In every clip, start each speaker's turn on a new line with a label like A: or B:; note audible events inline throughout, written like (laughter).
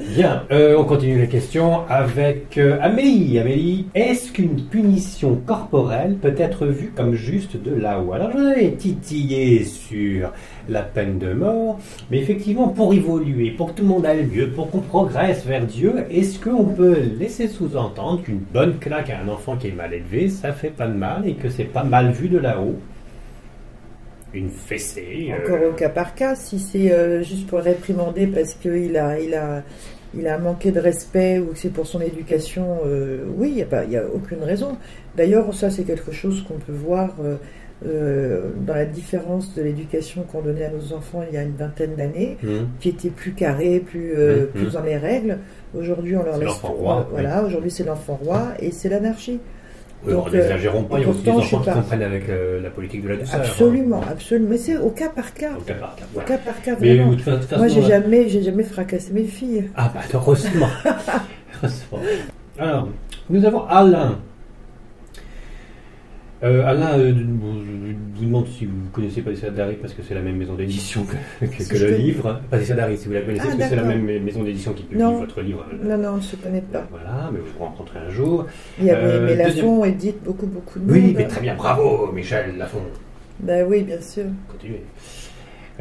A: Bien, euh, on continue les questions avec euh, Amélie. Amélie, est-ce qu'une punition corporelle peut être vue comme juste de là-haut Alors j'en avais titillé sur la peine de mort, mais effectivement pour évoluer, pour que tout le monde aille mieux, pour qu'on progresse vers Dieu, est-ce qu'on peut laisser sous-entendre qu'une bonne claque à un enfant qui est mal élevé, ça fait pas de mal et que c'est pas mal vu de là-haut Une fessée euh,
B: Encore au cas par cas, si c'est euh, juste pour le réprimander parce qu'il a, il a, il a manqué de respect ou que c'est pour son éducation, euh, oui, il n'y a, pas- y a aucune raison. D'ailleurs, ça, c'est quelque chose qu'on peut voir euh, euh, dans la différence de l'éducation qu'on donnait à nos enfants il y a une vingtaine d'années,
A: hmm.
B: qui était plus carré, plus, euh,
A: Mhm.
B: plus dans les règles. Aujourd'hui, on leur
A: C'est
B: laisse.
A: l'enfant roi,
B: Voilà, aujourd'hui, c'est l'enfant roi et c'est l'anarchie.
A: Oui,
B: Donc, euh,
A: on n'exagérons pas, il y a aussi des
B: pourtant, je
A: enfants qui
B: suis pas-
A: comprennent avec euh, la politique de la douceur.
B: absolument,
A: hein.
B: absolument. Mais c'est au cas par cas.
A: Au cas par cas,
B: Au
A: voilà.
B: cas par cas,
A: Mais
B: vraiment.
A: de toute façon,
B: Moi, j'ai
A: euh,
B: jamais, j'ai jamais fracassé mes filles.
A: Ah bah
B: (laughs)
A: heureusement. Heureusement. Alors, nous avons Alain. Euh, Alain euh, vous- je vous demande si vous connaissez Patricia Dari parce que c'est la même maison d'édition que, que-
B: Si
A: que
B: je
A: le
B: connais.
A: livre. Patricia Dari, si vous la connaissez,
B: Ah,
A: parce que c'est la
B: d'accord.
A: même mais- maison d'édition qui publie
B: Non.
A: votre livre.
B: Non, non, on ne se connaît pas.
A: Voilà, mais vous vous rencontrez un jour.
B: Il y a
A: Euh,
B: mais la
A: deuxième-
B: fond et dites beaucoup, beaucoup de
A: Oui,
B: monde.
A: mais très bien, bravo Michel Lafont.
B: Bah oui, bien sûr.
A: Continuez.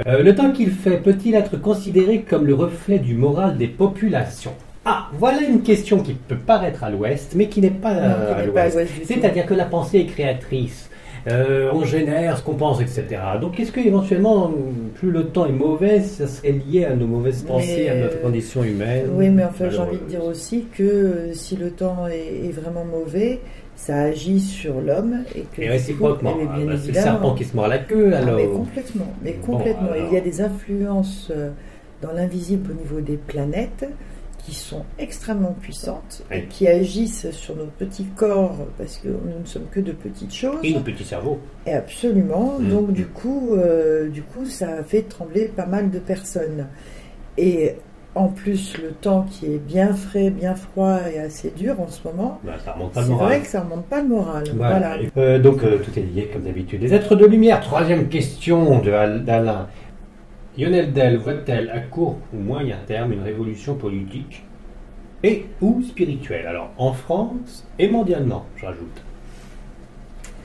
A: Euh, le temps qu'il fait peut-il être considéré comme le reflet du moral des populations Ah, voilà une question qui peut paraître à l'ouest, mais qui n'est pas
B: Non,
A: euh,
B: qui
A: à
B: n'est pas à
A: l'ouest.
B: l'ouest du tout.
A: C'est-à-dire que la pensée est créatrice. Euh, on génère ce qu'on pense, etc. Donc est-ce que éventuellement, plus le temps est mauvais, ça serait lié à nos mauvaises
B: Mais,
A: pensées, à notre
B: euh,
A: condition humaine
B: Oui, mais enfin, j'ai envie
A: malheureuse
B: de dire aussi que euh, si le temps est, est vraiment mauvais, ça agit sur l'homme et que.
A: Et
B: du
A: réciproquement,
B: coup, eh bien,
A: ah, bah, c'est le
B: évidemment.
A: serpent qui se mord la queue,
B: Ah,
A: alors...
B: mais complètement, mais
A: Bon,
B: complètement.
A: alors.
B: Il y a des influences euh, dans l'invisible au niveau des planètes qui sont extrêmement puissantes et
A: Oui.
B: qui agissent sur nos petits corps parce que nous ne sommes que de petites choses.
A: Et nos petits cerveaux.
B: Et absolument.
A: Mm.
B: Donc du coup, euh, du coup, ça a fait trembler pas mal de personnes. Et en plus, le temps qui est bien frais, bien froid et assez dur en ce moment,
A: Bah, ça remonte pas
B: c'est
A: le moral.
B: vrai que ça remonte pas le moral.
A: Voilà.
B: Voilà.
A: Euh, donc euh, tout est lié comme d'habitude. Les êtres de lumière, troisième question de Al- d'Alain. Lionel Dell voit-elle à court ou moyen terme une révolution politique et ou spirituelle Alors en France et mondialement, je rajoute.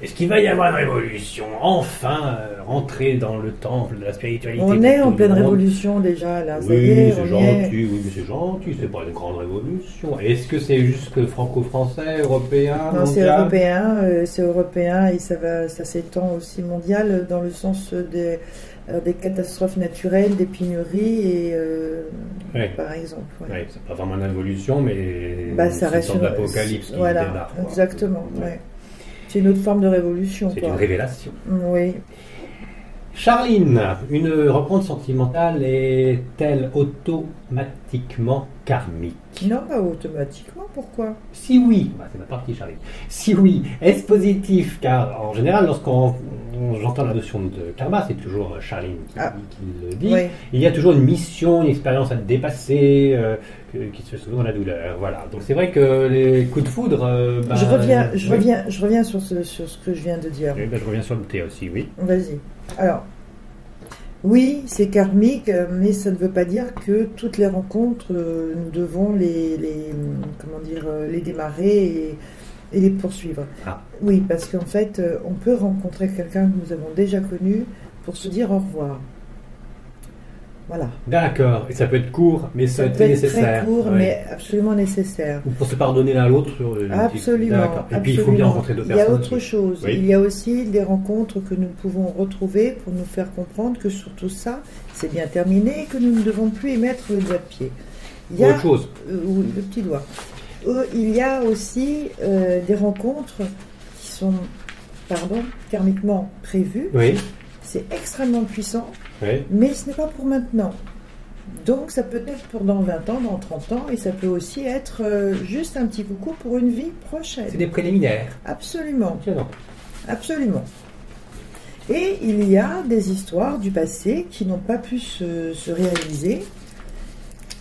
A: Est-ce qu'il va y avoir une révolution Enfin, euh, rentrer dans le temple de la spiritualité
B: On
A: pour
B: est
A: tout
B: en
A: le
B: pleine
A: monde.
B: révolution déjà là. ça y
A: Oui,
B: est, on
A: c'est
B: y est.
A: gentil, oui, mais c'est gentil, c'est pas une grande révolution. Est-ce que c'est juste franco-français, européen
B: Non, c'est
A: Ah, mondial
B: européen, euh, c'est européen et ça va, ça s'étend aussi mondial euh, dans le sens des, euh, des catastrophes naturelles, des pénuries et euh,
A: Ouais.
B: par exemple. ouais.
A: Ouais, c'est pas vraiment une révolution, mais
B: Bah, ça
A: c'est une
B: reste
A: sorte
B: une-
A: d'apocalypse qui
B: voilà,
A: démarre. quoi.
B: exactement.
A: Ouais.
B: ouais. C'est une autre forme de révolution.
A: C'est
B: quoi. Mm,
A: une révélation.
B: Oui.
A: Charline, une reprendre sentimentale est-elle automatiquement karmique
B: Non, bah, automatiquement. Pourquoi
A: Si oui, bah, c'est ma partie Charline, si oui, est-ce positif Car en général, lorsqu'on on- j'entends la notion de karma, c'est toujours Charline qui,
B: Ah.
A: qui le dit.
B: Ouais.
A: Il y a toujours une mission, une expérience à dépasser, euh, que- qui se fait souvent dans la douleur. Voilà. Donc c'est vrai que les coups de foudre. euh, ben,
B: je reviens, je
A: oui.
B: reviens, je reviens sur ce, sur ce que je viens de dire.
A: Eh ben, je reviens sur le thé aussi, oui.
B: Vas-y. Alors, oui, c'est karmique, euh, mais ça ne veut pas dire que toutes les rencontres, euh, nous devons les, les, hum, comment dire, euh, les démarrer et, et les poursuivre.
A: Ah.
B: Oui, parce qu'en fait, euh, on peut rencontrer quelqu'un que nous avons déjà connu pour se dire au revoir. Voilà.
A: D'accord, et ça peut être court, mais ça,
B: Ça
A: peut
B: peut
A: être
B: être très
A: nécessaire.
B: court,
A: ouais.
B: mais absolument nécessaire.
A: Ou pour se pardonner l'un à l'autre. sur le-
B: Absolument.
A: D'accord. Et puis il faut bien
B: absolument.
A: rencontrer deux
B: Il y a
A: personnes.
B: autre chose.
A: Oui.
B: Il y a aussi des rencontres que nous pouvons retrouver pour nous faire comprendre que sur tout ça, c'est bien terminé et que nous ne devons plus émettre le doigt de pied. Il y
A: Ou
B: a,
A: autre chose.
B: euh, ou le petit doigt. Euh, il y a aussi euh, des rencontres qui sont, pardon, karmiquement prévues.
A: Oui,
B: C'est extrêmement puissant,
A: oui.
B: mais ce n'est pas pour maintenant. Donc ça peut être pour dans 20 ans, dans 30 ans, et ça peut aussi être euh, juste un petit coucou pour une vie prochaine.
A: C'est des préliminaires.
B: Absolument,
A: Tiens, non.
B: absolument. Et il y a des histoires du passé qui n'ont pas pu se, se réaliser.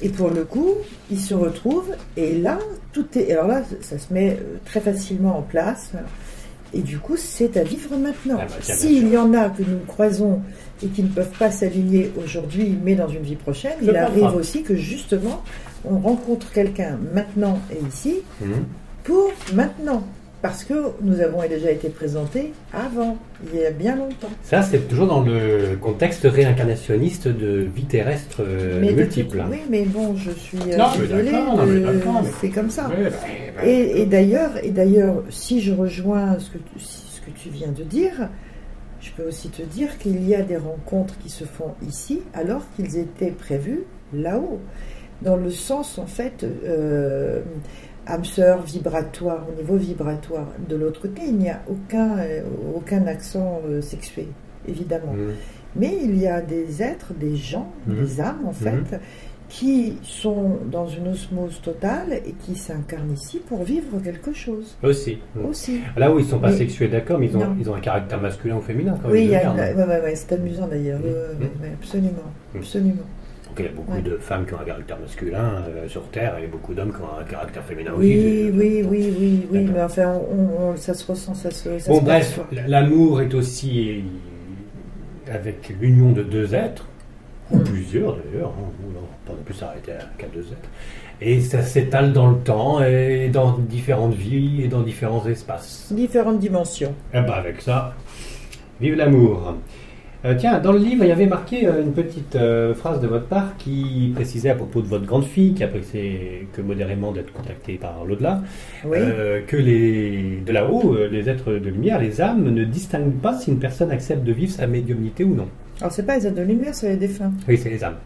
B: Et pour le coup, ils se retrouvent et là, tout est. Alors là, ça se met euh, très facilement en place. Et du coup, c'est à vivre maintenant.
A: Ah bah, tiens, bien
B: S'il
A: sûr.
B: y en a que nous croisons et qui ne peuvent pas s'aligner aujourd'hui, mais dans une vie prochaine,
A: Je
B: il arrive
A: comprends.
B: aussi que justement, on rencontre quelqu'un maintenant et ici
A: Mhm.
B: pour maintenant. Parce que nous avons déjà été présentés avant, il y a bien longtemps.
A: Ça, c'est toujours dans le contexte réincarnationniste de vie terrestre euh,
B: de
A: multiple.
B: toute-
A: hein.
B: Oui, mais bon, je suis euh,
A: Non, mais
B: désolée,
A: d'accord, non, mais
B: euh,
A: d'accord, mais-
B: c'est comme ça.
A: Ouais, bah,
B: Et, et d'ailleurs, et d'ailleurs, si je rejoins ce que, tu, si- ce que tu viens de dire, je peux aussi te dire qu'il y a des rencontres qui se font ici alors qu'ils étaient prévus là-haut. Dans le sens, en fait, euh, âme sœur vibratoire, au niveau vibratoire. De l'autre côté, il n'y a aucun, euh, aucun accent euh, sexué, évidemment.
A: Mhm.
B: Mais il y a des êtres, des gens,
A: Mhm.
B: des âmes en fait, qui sont dans une osmose totale et qui s'incarnent ici pour vivre quelque chose
A: Aussi. Mhm.
B: aussi.
A: Là où ils sont pas
B: Mais-
A: sexués, d'accord, mais ils ont,
B: Non.
A: ils ont un caractère masculin ou féminin quand
B: oui,
A: même.
B: il y a
A: de
B: une-
A: merde.
B: ouais, ouais, ouais, c'est amusant d'ailleurs,
A: Mhm.
B: Ouais, ouais, ouais, ouais, absolument,
A: Mhm.
B: absolument.
A: Donc, il y a beaucoup
B: Ouais.
A: de femmes qui ont un caractère masculin euh, sur Terre et beaucoup d'hommes qui ont un caractère féminin aussi.
B: Oui,
A: c'est-
B: oui, oui, oui, oui,
A: D'accord.
B: mais enfin, on, on- ça se ressent, ça se. ça
A: Bon,
B: se
A: bref,
B: perçoit.
A: l'amour est aussi avec l'union de deux êtres, ou
B: Mm.
A: plusieurs d'ailleurs, hein, on ne peut plus s'arrêter à- qu'à deux êtres, et ça s'étale dans le temps, et dans différentes vies, et dans différents espaces.
B: Différentes dimensions.
A: Et ben avec ça, vive l'amour Euh, Tiens, dans le livre, il y avait marqué euh, une petite euh, phrase de votre part qui précisait à propos de votre grande-fille, qui appréciait que modérément d'être contactée par l'au-delà,
B: Oui.
A: euh, que les, de là-haut, euh, les êtres de lumière, les âmes, ne distinguent pas si une personne accepte de vivre sa médiumnité ou non.
B: Alors, c'est pas les êtres de lumière, c'est les défunts.
A: Oui, c'est les âmes.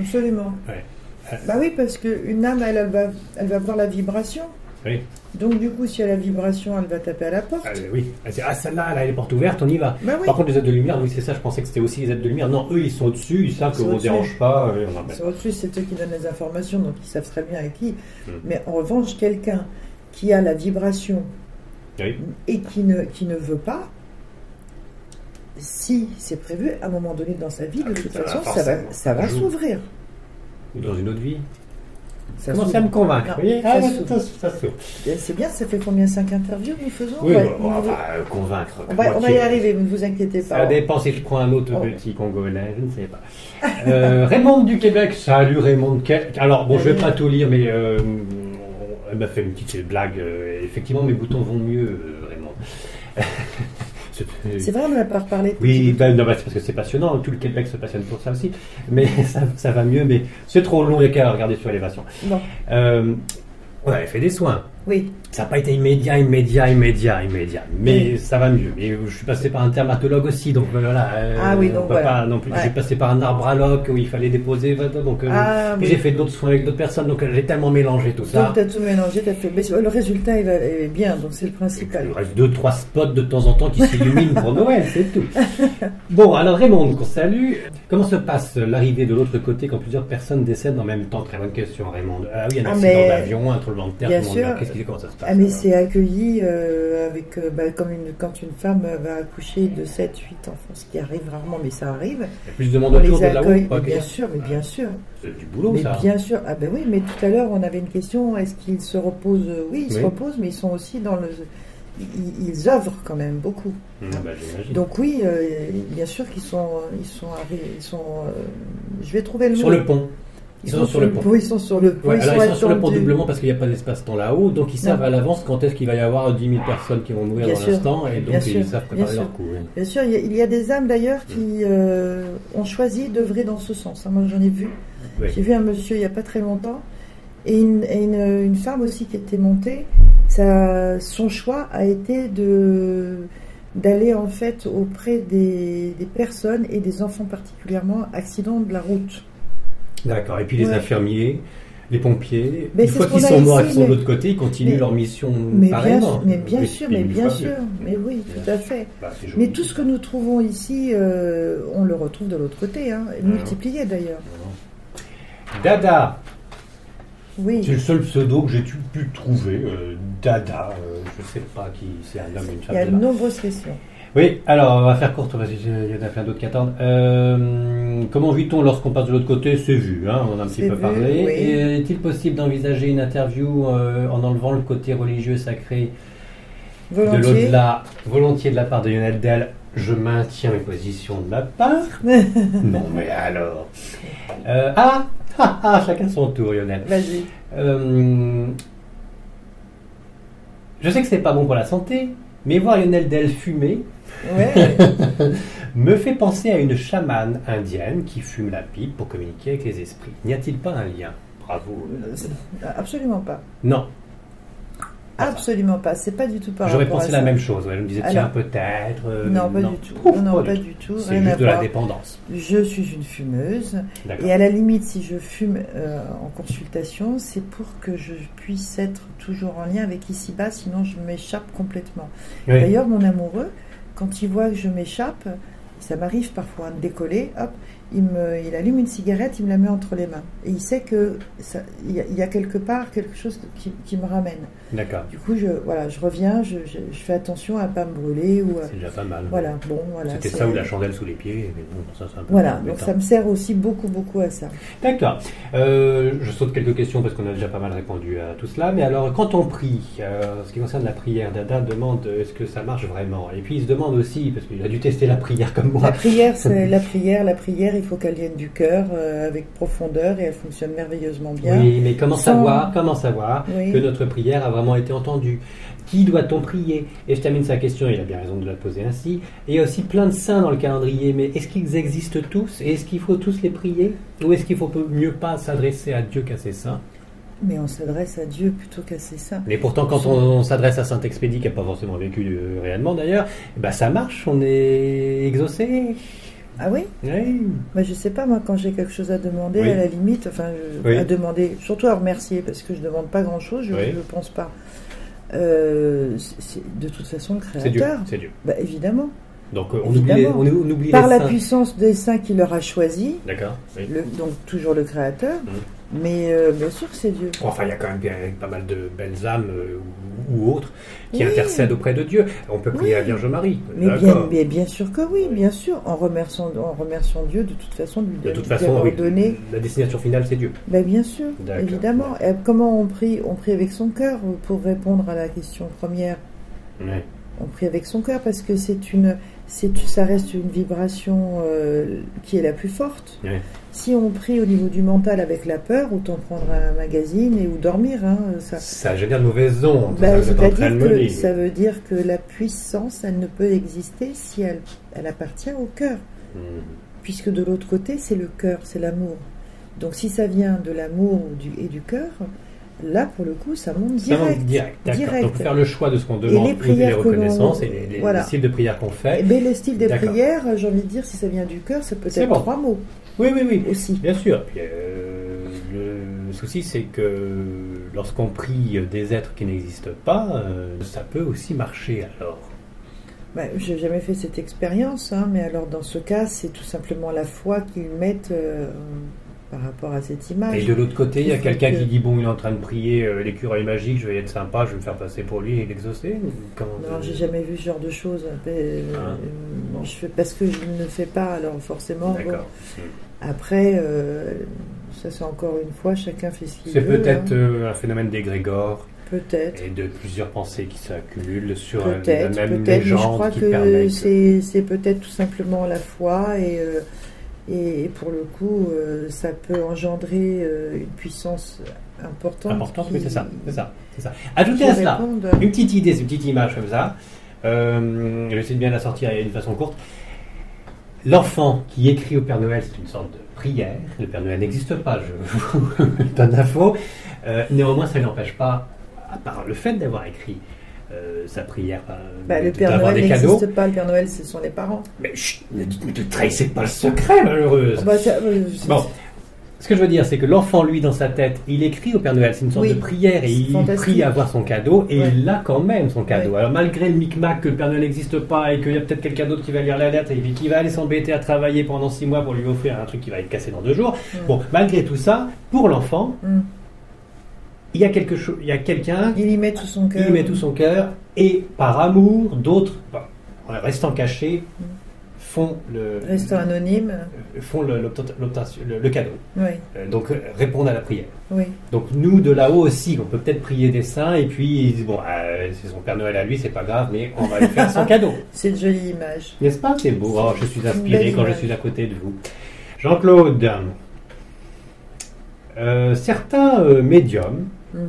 B: Absolument.
A: Ouais.
B: Bah oui, parce qu'une âme, elle, elle va, elle va voir la vibration.
A: Oui.
B: Donc du coup, si elle a la vibration, elle va taper à la porte.
A: Ah, oui. Elle dit, Ah, celle-là, elle a les portes ouvertes, on y va.
B: Bah oui,
A: Par contre, les êtres de lumière, oui, c'est ça, je pensais que c'était aussi les êtres de lumière. Non, eux, ils sont au-dessus, ils savent
B: Ils sont
A: qu'on ne
B: au-dessus.
A: dérange pas. euh, on
B: ils
A: rappelle.
B: sont au-dessus, c'est eux qui donnent les informations, donc ils savent très bien à qui.
A: Mm.
B: Mais en revanche, quelqu'un qui a la vibration
A: Oui.
B: et qui ne, qui ne veut pas, si c'est prévu, à un moment donné dans sa vie,
A: Ah
B: de
A: oui,
B: toute
A: ça va
B: façon, ça
A: forcément. Mmh.
B: va, ça va
A: Un jour.
B: s'ouvrir.
A: Ou dans une autre vie.
B: Ça
A: Commencez à me
B: s'ouvre.
A: convaincre.
B: Non,
A: vous voyez
B: ça
A: Ah,
B: s'ouvre.
A: ça, ça s'ouvre.
B: Et C'est bien, ça fait combien Cinq interviews que nous faisons
A: Oui,
B: Ouais,
A: bon, bon,
B: on,
A: enfin,
B: va,
A: euh, convaincre.
B: on va- on va y
A: Moitié.
B: arriver, ne vous inquiétez pas.
A: Ça dépend si je prends un autre
B: Oh.
A: petit congolais, je ne sais pas. Euh, Raymond du Québec, salut Raymond. de Québec. Alors, bon, je vais pas tout lire, mais euh, on- elle m'a fait une petite blague. euh, effectivement, mes boutons vont mieux, euh, Raymond. (laughs) C'est-
B: C'est vrai, on n'a pas reparlé.
A: oui, ben, non, ben, c'est parce que c'est passionnant, tout le Québec se passionne pour ça aussi, mais (laughs) ça, ça va mieux, mais c'est trop long les cas à regarder sur l'élévation.
B: Non.
A: Euh, on avait fait des soins,
B: Oui,
A: ça n'a pas été immédiat, immédiat, immédiat, immédiat. Mais ça va mieux. Mais je suis passé par un thermatologue aussi, donc euh, voilà. euh,
B: Ah oui, donc
A: on peut
B: voilà.
A: pas non plus.
B: Ouais.
A: J'ai passé par un arbraloque où il fallait déposer. voilà, Donc, euh,
B: Ah,
A: puis
B: oui.
A: j'ai fait d'autres soins avec d'autres personnes, donc euh, j'ai tellement mélangé tout ça.
B: donc tu as tout mélangé, t'as fait. mais le résultat il va- est bien, donc c'est le
A: Et puis,
B: principal.
A: Il reste deux, trois spots de temps en temps qui s'illuminent
B: (laughs)
A: pour Noël, c'est tout. Bon, alors Raymond, qu'on salue. Comment se passe l'arrivée de l'autre côté quand plusieurs personnes décèdent en même temps Très bonne question, Raymond. Ah oui, un
B: Ah,
A: accident
B: mais-
A: d'avion, un tremblement de terre,
B: Bien
A: tout le monde meurt.
B: sûr.
A: Qu'est-ce qui- comment ça se passe
B: Ah mais
A: alors
B: c'est accueilli euh, avec euh, bah, comme une quand une femme va accoucher de 7 8 enfants ce qui arrive rarement mais ça
A: Il
B: arrive
A: y a plus de monde
B: on
A: autour
B: les
A: de là-haut
B: accueille
A: ou pas
B: mais bien sûr mais bien sûr
A: C'est du boulot,
B: mais
A: ça.
B: bien sûr ah ben oui mais tout à l'heure on avait une question est-ce qu'ils se reposent oui ils se
A: Oui.
B: reposent mais ils sont aussi dans le ils, ils œuvrent quand même beaucoup
A: Mmh, bah, j'imagine.
B: donc oui euh, bien sûr qu'ils sont ils sont arri- ils sont euh, je vais trouver le
A: sur
B: mot.
A: le pont. Ils sont sur le pont.
B: ils sont sur le pont
A: Ouais, alors ils sont sur le pont
B: attendus.
A: doublement parce qu'il n'y a pas d'espace-temps là-haut, donc ils savent
B: Non.
A: à l'avance quand est-ce qu'il va y avoir 10 000 personnes qui vont mourir
B: Bien
A: dans
B: sûr.
A: l'instant, et
B: Bien
A: donc ils
B: sûr.
A: savent
B: Bien
A: préparer
B: sûr.
A: leur coup. oui.
B: Bien sûr, il y a, il y a des âmes d'ailleurs
A: Mm.
B: qui euh, ont choisi d'œuvrer dans ce sens. hein. Moi, j'en ai vu.
A: Oui.
B: J'ai vu un monsieur il n'y a pas très longtemps et une, et une, une femme aussi qui était montée. Ça, son choix a été de d'aller en fait auprès des, des personnes et des enfants particulièrement accidents de la route.
A: D'accord, et puis les
B: Ouais.
A: infirmiers, les pompiers,
B: Mais
A: une
B: c'est
A: fois
B: ce
A: qu'ils
B: qu'on a
A: sont morts et
B: ici,
A: qu'ils sont de
B: mais-
A: l'autre côté, ils continuent
B: mais-
A: leur mission
B: Mais bien,
A: Mmh. pareillement. Euh,
B: sûr, mais bien
A: Oui,
B: sûr,
A: puis
B: mais
A: ils
B: bien
A: bougent pas
B: sûr,
A: plus.
B: mais oui, tout à fait.
A: Bah, c'est joli.
B: Mais tout ce que nous trouvons ici, euh, on le retrouve de l'autre côté, hein,
A: Mmh.
B: multiplié d'ailleurs.
A: Dada,
B: Oui.
A: c'est le seul pseudo que j'ai tu- pu trouver. euh, Dada, euh, je sais pas qui c'est un homme, une
B: Il
A: femme.
B: y a
A: Dada.
B: de nombreuses questions.
A: Oui, alors on va faire courte parce qu'il y en a plein d'autres qui attendent. Euh, comment vit-on lorsqu'on passe de l'autre côté C'est vu, hein, on en a un petit
B: C'est
A: peu
B: vu,
A: parlé.
B: oui.
A: Et Est-il possible d'envisager une interview euh, en enlevant le côté religieux sacré de
B: Volontiers.
A: l'au-delà, volontiers de la part de Lionel Del, je maintiens mes positions de ma
B: (laughs)
A: part. non, mais alors. Euh, ah, ah, ah, chacun son tour, Lionel.
B: Vas-y.
A: Euh, je sais que c'est pas bon pour la santé, mais voir Lionel Del fumer (laughs)
B: Ouais.
A: me fait penser à une chamane indienne qui fume la pipe pour communiquer avec les esprits. N'y a-t-il pas un lien Bravo.
B: Euh, c'est- Absolument pas.
A: Non,
B: Absolument pas. C'est pas du tout par
A: j'aurais
B: rapport
A: pensé
B: à
A: la
B: ça.
A: même chose. ouais. Je me disais, tiens,
B: Alors.
A: peut-être. euh,
B: Non, pas du tout.
A: Ouf,
B: non,
A: pas
B: pas
A: du
B: du tout.
A: tout. C'est
B: Rien à
A: juste de la
B: voir.
A: dépendance.
B: Je suis une fumeuse.
A: D'accord.
B: Et à la limite, si je fume euh, en consultation, c'est pour que je puisse être toujours en lien avec ici-bas, sinon je m'échappe complètement.
A: Oui.
B: D'ailleurs, mon amoureux, quand il voit que je m'échappe, ça m'arrive parfois de décoller, hop, il, me, il allume une cigarette, il me la met entre les mains. Et il sait que ça- il y, a- il y a quelque part quelque chose qui, qui me ramène.
A: D'accord.
B: Du coup, je, voilà, je reviens, je, je- je fais attention à ne pas me brûler. Ou, à-
A: C'est déjà pas mal.
B: euh, voilà, bon, voilà.
A: C'était
B: c'est-
A: ça ou la chandelle sous les pieds, mais bon, ça c'est un peu.
B: Voilà,
A: embêtant.
B: donc ça me sert aussi beaucoup, beaucoup à ça.
A: D'accord. Euh, je saute quelques questions parce qu'on a déjà pas mal répondu à tout cela. Mais alors, quand on prie, euh, en ce qui concerne la prière, Dada demande euh, est-ce que ça marche vraiment Et puis il se demande aussi, parce qu'il a dû tester la prière comme
B: La
A: moi. (laughs)
B: prière, c'est la prière, la prière, il faut qu'elle vienne du cœur euh, avec profondeur et elle fonctionne merveilleusement bien.
A: Oui, mais comment
B: Sans-
A: savoir Comment savoir
B: Oui.
A: que notre prière a vraiment été entendue Qui doit-on prier Et je termine sa question, il a bien raison de la poser ainsi. Et il y a aussi plein de saints dans le calendrier, mais est-ce qu'ils existent tous Et est-ce qu'il faut tous les prier Ou est-ce qu'il faut peu- mieux pas s'adresser à Dieu qu'à ses saints
B: Mais on s'adresse à Dieu plutôt qu'à ses saints.
A: Mais pourtant, quand on, on s'adresse à Saint Expédie, qui n'a pas forcément vécu euh, réellement d'ailleurs, bah ça marche, on est exaucé.
B: Ah oui
A: Oui.
B: Bah, je sais pas, moi, quand j'ai quelque chose à demander,
A: Oui.
B: à la limite, enfin, je-
A: Oui.
B: à demander, surtout à remercier, parce que je demande pas grand chose, je,
A: Oui.
B: je pense pas. Euh, c'est- c'est de toute façon le
A: C'est Dieu.
B: créateur,
A: C'est Dieu.
B: bah, évidemment.
A: Donc euh, on oublie, les,
B: Évidemment.
A: on, on oublie
B: Par
A: les
B: la
A: saints.
B: puissance des saints qui leur a choisi,
A: D'accord. oui.
B: le- donc toujours le créateur,
A: Mm.
B: mais euh, bien sûr que c'est Dieu.
A: Bon, Enfin, il y a quand même bien- pas mal de belles âmes euh, ou, ou autres qui
B: Oui.
A: intercèdent auprès de Dieu. On peut prier
B: Oui.
A: à la Vierge Marie.
B: Mais bien,
A: D'accord.
B: mais bien sûr que oui, bien sûr, en remerciant, en remerciant Dieu de toute façon de lui,
A: De toute
B: lui
A: façon,
B: avoir
A: oui,
B: donné.
A: la destination finale, c'est Dieu.
B: Ben bien sûr,
A: D'accord.
B: évidemment. Et comment on prie On prie avec son cœur euh, pour répondre à la question première.
A: Ouais.
B: On prie avec son cœur parce que c'est une, c'est, ça reste une vibration euh, qui est la plus forte.
A: Ouais.
B: Si on prie au niveau du mental avec la peur, autant prendre un magazine et ou dormir. Hein, ça.
A: Ça génère de mauvaises ondes.
B: Ben,
A: c'est ça que vous êtes en train
B: c'est-à-dire
A: de me
B: que
A: dire.
B: ça veut dire que la puissance, elle ne peut exister si elle, elle appartient au cœur.
A: Mhm.
B: puisque de l'autre côté, c'est le cœur, c'est l'amour. Donc si ça vient de l'amour ou du- et du cœur, là, pour le coup, ça monte
A: Ça, on-
B: direct.
A: direct. D'accord.
B: Direct.
A: Donc faire le choix de ce qu'on
B: les
A: demande, ou des
B: prières que l'on-
A: reconnaissances et les, les
B: voilà. Eh ben,
A: styles de prières qu'on fait.
B: Mais le style des
A: D'accord.
B: prières, j'ai envie de dire, si ça vient du cœur, ça peut
A: C'est
B: être
A: bon.
B: trois mots
A: Oui, oui, oui.
B: aussi.
A: Bien sûr. Puis, euh, le souci, c'est que lorsqu'on prie des êtres qui n'existent pas, euh, ça peut aussi marcher alors.
B: je n'ai Bah, jamais fait cette expérience, hein, mais alors dans ce cas, c'est tout simplement la foi qu'ils mettent euh, par rapport à cette
A: Et
B: image.
A: de l'autre côté, il y a
B: Faut
A: quelqu'un
B: que-
A: qui dit Bon, il est en train de prier euh, l'écureuil magique, je vais être sympa, je vais me faire passer pour lui et l'exaucer. Comment-
B: Non, j'ai jamais vu ce genre de choses. Euh,
A: Ah.
B: non, je fais, parce que je ne fais pas, alors forcément. bon.
A: D'accord.
B: Après, euh, ça c'est encore une fois, chacun fait ce qu'il
A: C'est
B: veut.
A: peut-être
B: hein.
A: euh, un phénomène d'égrégore
B: Peut-être.
A: et de plusieurs pensées qui s'accumulent sur euh, la
B: Peut-être,
A: même
B: peut-être, mais je
A: légende
B: crois
A: qui permet.
B: que
A: que-
B: c'est c'est peut-être tout simplement la foi et, euh, et, et pour le coup, euh, ça peut engendrer euh, une puissance importante.
A: Importante,
B: qui-
A: oui, c'est ça, c'est ça, c'est ça.
B: qui
A: Ajoutez à cela
B: réponde.
A: une petite idée, une petite image comme ça. Euh, je vais essayer de bien la sortir d'une façon courte. L'enfant qui écrit au Père Noël, c'est une sorte de prière. Le Père Noël n'existe pas, je vous (laughs) donne l'info. Euh, néanmoins, ça ne l'empêche pas, à part le fait d'avoir écrit euh, sa prière, euh,
B: Bah, le Père
A: d'avoir
B: Noël
A: des cadeaux.
B: n'existe pas, le Père Noël ce sont les parents.
A: Mais chut, ne dites- ne trahissez pas le secret, malheureuse.
B: Bah, ça, euh,
A: Bon. Ce que je veux dire, c'est que l'enfant, lui, dans sa tête, il écrit au Père Noël, c'est une sorte
B: Oui.
A: de prière, et
B: C'est
A: il
B: fantastique.
A: prie à avoir son cadeau, et
B: Ouais.
A: il a quand même son cadeau.
B: Ouais.
A: Alors, malgré le micmac que le Père Noël n'existe pas, et qu'il y a peut-être quelqu'un d'autre qui va lire la lettre, et puis qui va aller s'embêter à travailler pendant six mois pour lui offrir un truc qui va être cassé dans deux jours,
B: Mm.
A: bon, malgré tout ça, pour l'enfant,
B: Mm.
A: il y a quelque chose, il y a quelqu'un
B: Il y met tout son cœur.
A: il met tout son cœur et par amour, d'autres, bon, en restant bah, cachés, font le, euh,
B: Restant anonyme,
A: font le, l'obtent- l'obtention- le- le cadeau,
B: oui,
A: Euh, donc euh, répondent à la prière.
B: oui.
A: Donc nous, de là-haut aussi, on peut peut-être prier des saints, et puis ils disent, bon, euh, c'est son Père Noël à lui, c'est pas grave, mais on va lui faire son cadeau.
B: C'est une jolie image.
A: N'est-ce pas C'est beau. Oh, je suis inspiré
B: Belle
A: quand je
B: image.
A: suis à côté de vous. Jean-Claude, euh, certains euh, médiums,
B: Mhm.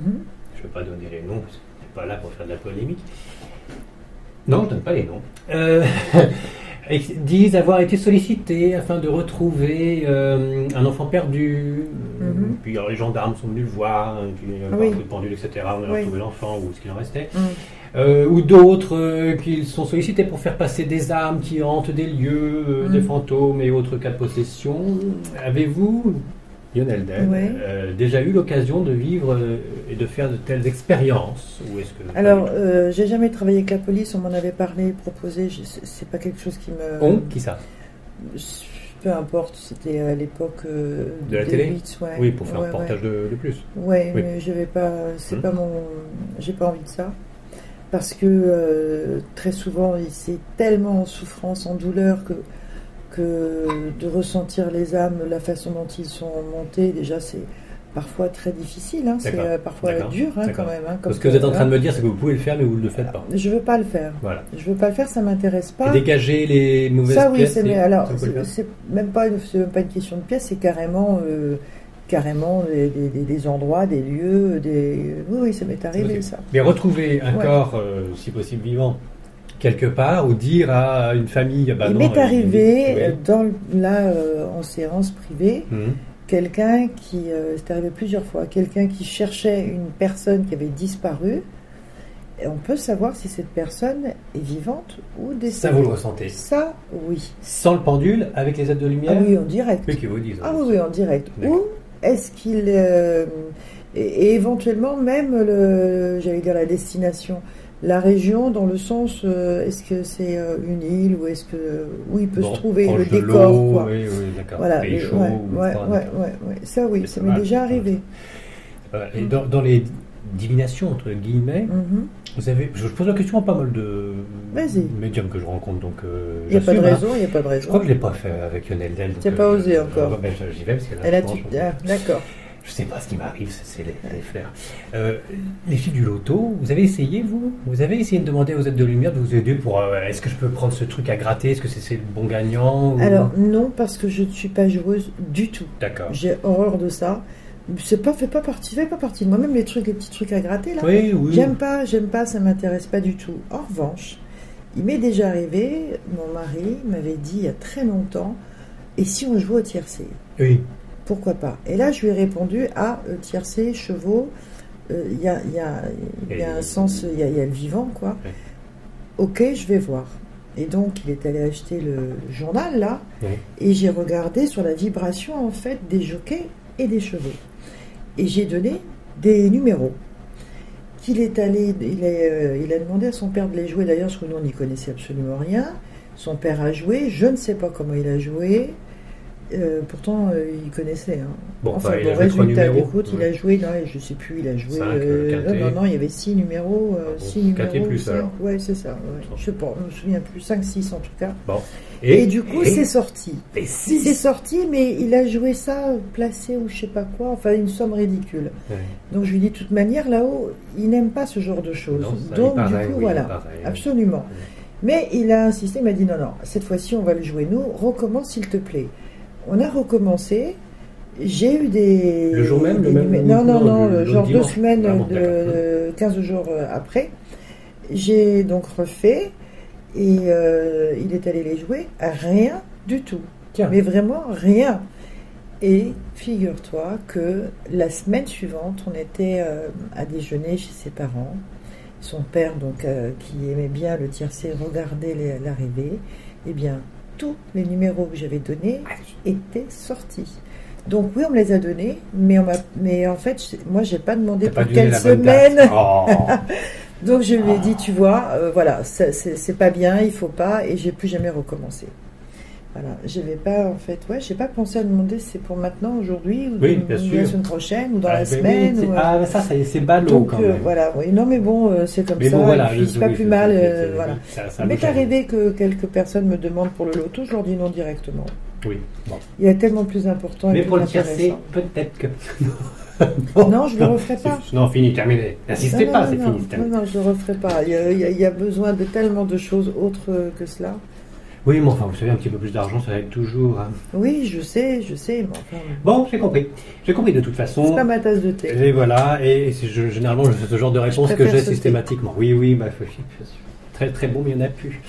A: je ne vais pas donner les noms, parce que je suis pas là pour faire de la polémique. Non, je donne pas les noms. Euh, (laughs) ex- disent avoir été sollicités afin de retrouver euh, un enfant perdu.
B: Mhm.
A: Puis alors, les gendarmes sont venus le voir, et puis il y a
B: Oui.
A: un coup de pendule, etc. On a
B: Oui.
A: retrouvé l'enfant ou ce qu'il en restait.
B: Mhm.
A: Euh, ou d'autres euh, qui sont sollicités pour faire passer des âmes qui hantent des lieux, euh,
B: Mm.
A: des fantômes et autres cas de possession. Avez-vous, Lionel Del,
B: Ouais.
A: euh, déjà eu l'occasion de vivre euh, et de faire de telles expériences ou est-ce que
B: Alors, euh, j'ai jamais travaillé avec la police, on m'en avait parlé, proposé, je- c'est c'est pas quelque chose qui me...
A: on qui ça
B: euh, Peu importe, c'était à l'époque euh,
A: De la
B: des
A: télé
B: Blitz, ouais.
A: Oui, pour faire
B: Ouais,
A: un
B: ouais.
A: portage de, de plus.
B: Ouais,
A: Oui.
B: mais je vais pas. C'est
A: Mhm.
B: pas mon. J'ai pas envie de ça. Parce que euh, très souvent, il- c'est tellement en souffrance, en douleur, que, que de ressentir les âmes, la façon dont ils sont montés, déjà, c'est parfois très difficile. hein. C'est
A: D'accord.
B: euh, parfois
A: D'accord.
B: dur, hein,
A: D'accord.
B: quand même. hein, comme
A: Parce que vous êtes en train
B: hein.
A: de me dire, c'est que vous pouvez le faire, mais vous ne le faites pas.
B: Je veux pas le faire.
A: Voilà.
B: Je veux pas le faire, ça m'intéresse
A: Et
B: pas.
A: dégager les mauvaises
B: Ça, oui,
A: pièces.
B: c'est
A: les-
B: mais alors
A: ça, vous pouvez le
B: c'est
A: faire
B: c'est même pas une, c'est même pas une question de pièce, c'est carrément euh, carrément des, des- des- des endroits, des lieux, des oui, oui, ça m'est arrivé
A: Ok.
B: ça.
A: Mais retrouver un
B: Ouais.
A: corps, euh, si possible vivant, quelque part, ou dire à une famille, bah
B: Il
A: non,
B: m'est
A: euh,
B: arrivé
A: oui.
B: euh, dans le- là euh, en séance privée
A: Mhm.
B: quelqu'un qui euh, c'est arrivé plusieurs fois quelqu'un qui cherchait une personne qui avait disparu. Et on peut savoir si cette personne est vivante ou
A: Ça,
B: décédée.
A: vous le ressentez.
B: Ça, oui.
A: Sans le pendule, avec les aides de
B: Ah
A: lumière
B: oui, en direct.
A: Eux qui vous disent. hein.
B: Ah oui, oui, en direct.
A: D'accord.
B: Ou est-ce qu'il. euh, et, et éventuellement même, le, j'allais dire la destination, la région, dans le sens, euh, est-ce que c'est euh, une île ou est-ce que. où il peut
A: Bon,
B: se trouver le
A: proche de
B: décor,
A: l'eau,
B: quoi.
A: Oui, oui, d'accord.
B: Voilà,
A: Pays
B: mais-
A: chaud,
B: ouais,
A: ou
B: ouais,
A: etc.
B: ouais, ouais, ouais. ça oui,
A: Mais
B: ça
A: c'est
B: m'est
A: mal.
B: déjà arrivé.
A: Euh, Et dans, dans les divinations, entre guillemets,
B: Mhm.
A: vous avez. Je, je pose la question à pas mal de
B: Vas-y.
A: médiums que je rencontre, donc. euh,
B: Il n'y a pas de
A: j'assume, hein.
B: raison, il n'y a pas de
A: Je
B: raison.
A: crois que je l'ai pas fait avec Lionel Del. donc,
B: T'as pas
A: euh,
B: osé
A: je-
B: encore.
A: euh, ben, J'y vais parce que là,
B: Et là,
A: je,
B: tu...
A: pense,
B: ah, d'accord.
A: je sais pas ce qui m'arrive, c'est- c'est les, les fleurs. Euh, les filles du loto, vous avez essayé vous Vous avez essayé de demander aux aides de lumière de vous aider pour euh, est-ce que je peux prendre ce truc à gratter Est-ce que c'est c'est le bon gagnant ou-
B: Alors, non, parce que je ne suis pas joueuse du tout.
A: D'accord.
B: J'ai horreur de ça. C'est pas, fait pas partie, fait pas partie de moi. Même les trucs, les petits trucs à gratter, là.
A: Oui, oui.
B: J'aime pas, j'aime pas, ça m'intéresse pas du tout. En revanche, il m'est déjà arrivé, mon mari m'avait dit il y a très longtemps, et si on jouait au tiercé
A: Oui.
B: Pourquoi pas Et là, je lui ai répondu, ah, euh, tiercé, chevaux, euh, il y, a, il y a- il y a
A: Et-
B: un sens, il y a, il y a le vivant, quoi.
A: Ouais.
B: Ok, je vais voir. Et donc, il est allé acheter le journal, là,
A: Ouais.
B: et j'ai regardé sur la vibration, en fait, des jockeys et des chevaux. Et j'ai donné des numéros. Qu'il est allé, il, est, euh, il a demandé à son père de les jouer, d'ailleurs, parce que nous, on n'y connaissait absolument rien. Son père a joué, je ne sais pas comment il a joué. Euh, pourtant, euh, il connaissait. hein.
A: Bon,
B: enfin,
A: bah, il
B: bon,
A: a joué trois
B: résultat,
A: numéros.
B: écoute, il
A: Ouais.
B: a joué, non, je sais plus, il a joué.
A: Cinq, euh, quintet.
B: non, non, non, il y avait six numéros.
A: Ah
B: euh,
A: bon,
B: six numéros
A: quintet plus,
B: cinq,
A: alors.
B: Ouais, c'est ça. ouais. Je sais pas, je me souviens plus. 5, 6 en tout cas.
A: Bon.
B: Et, du coup,
A: et-
B: c'est sorti.
A: et
B: C'est
A: six.
B: sorti, mais il a joué ça placé ou je sais pas quoi, enfin une somme ridicule.
A: Ouais.
B: Donc je lui dis, de toute manière, là-haut, il n'aime pas ce genre de choses.
A: Non, ça, il
B: Donc,
A: paraît,
B: du coup,
A: oui, il
B: voilà.
A: paraît.
B: Absolument. Mais il a insisté, il m'a dit non, non, cette fois-ci on va le jouer nous, recommence s'il te plaît. On a recommencé, j'ai eu des.
A: Le jour même,
B: des
A: le même-
B: numé- Non, non,
A: non,
B: non,
A: le-
B: euh,
A: le
B: genre deux
A: dimanche.
B: semaines,
A: Ah bon,
B: de,
A: d'accord.
B: euh, 15 jours euh, après. J'ai donc refait et euh, il est allé les jouer, rien du tout.
A: Tiens.
B: Mais vraiment rien. Et figure-toi que la semaine suivante, on était euh, à déjeuner chez ses parents. Son père, donc, euh, qui aimait bien le tiercé, regardait les- l'arrivée. Eh bien, tous les numéros que j'avais donnés étaient sortis. Donc oui, on me les a donnés, mais, on m'a- mais en fait, je- moi, j'ai pas demandé
A: T'as pas
B: pour
A: donné
B: quelle
A: la bonne date.
B: semaine. (laughs)
A: Oh.
B: Donc je lui ai dit, tu vois, euh, voilà, ça, c'est c'est pas bien, il faut pas, et j'ai plus jamais recommencé. Voilà, j'avais pas en fait, ouais, j'ai pas pensé à demander si c'est pour maintenant, aujourd'hui, ou
A: Oui,
B: dans-
A: bien
B: ou
A: sûr.
B: la semaine prochaine, ou dans
A: Ah,
B: la
A: ben oui,
B: semaine.
A: c'est-
B: ou, euh,
A: Ah, ben ça, c'est, c'est ballot
B: donc,
A: quand
B: euh,
A: même.
B: voilà, oui. Non, mais bon, euh, c'est comme
A: Mais
B: ça.
A: bon, voilà.
B: et puis,
A: je-
B: c'est pas
A: oui,
B: plus
A: je-
B: mal,
A: je-
B: euh,
A: je-
B: voilà.
A: ça- ça
B: Il
A: me
B: m'est
A: gêne.
B: arrivé que quelques personnes me demandent pour le loto, je leur dis non directement.
A: Oui. bon.
B: Il y a tellement plus important. et
A: Mais
B: plus
A: pour le casser,
B: intéressant.
A: peut-être que.
B: Non, je le referai
A: C'est-
B: pas.
A: Non, fini, terminé. N'insistez
B: Non,
A: pas,
B: non,
A: c'est
B: non,
A: fini.
B: non,
A: c'est terminé.
B: Non, non, je le referai pas. Il y, a, il y a- il y a besoin de tellement de choses autres euh, que cela.
A: Oui, mais enfin, vous savez, un petit peu plus d'argent, ça aide toujours. hein.
B: Oui, je sais, je sais, mais enfin,
A: Bon, j'ai compris. J'ai compris de toute façon.
B: c'est pas ma tasse de thé.
A: Et voilà, et et c'est- je- généralement, je- ce genre de réponse que
B: préfère
A: j'ai
B: sauter.
A: systématiquement. Oui, oui, bah, faut- très très bon, mais il n'y en a plus.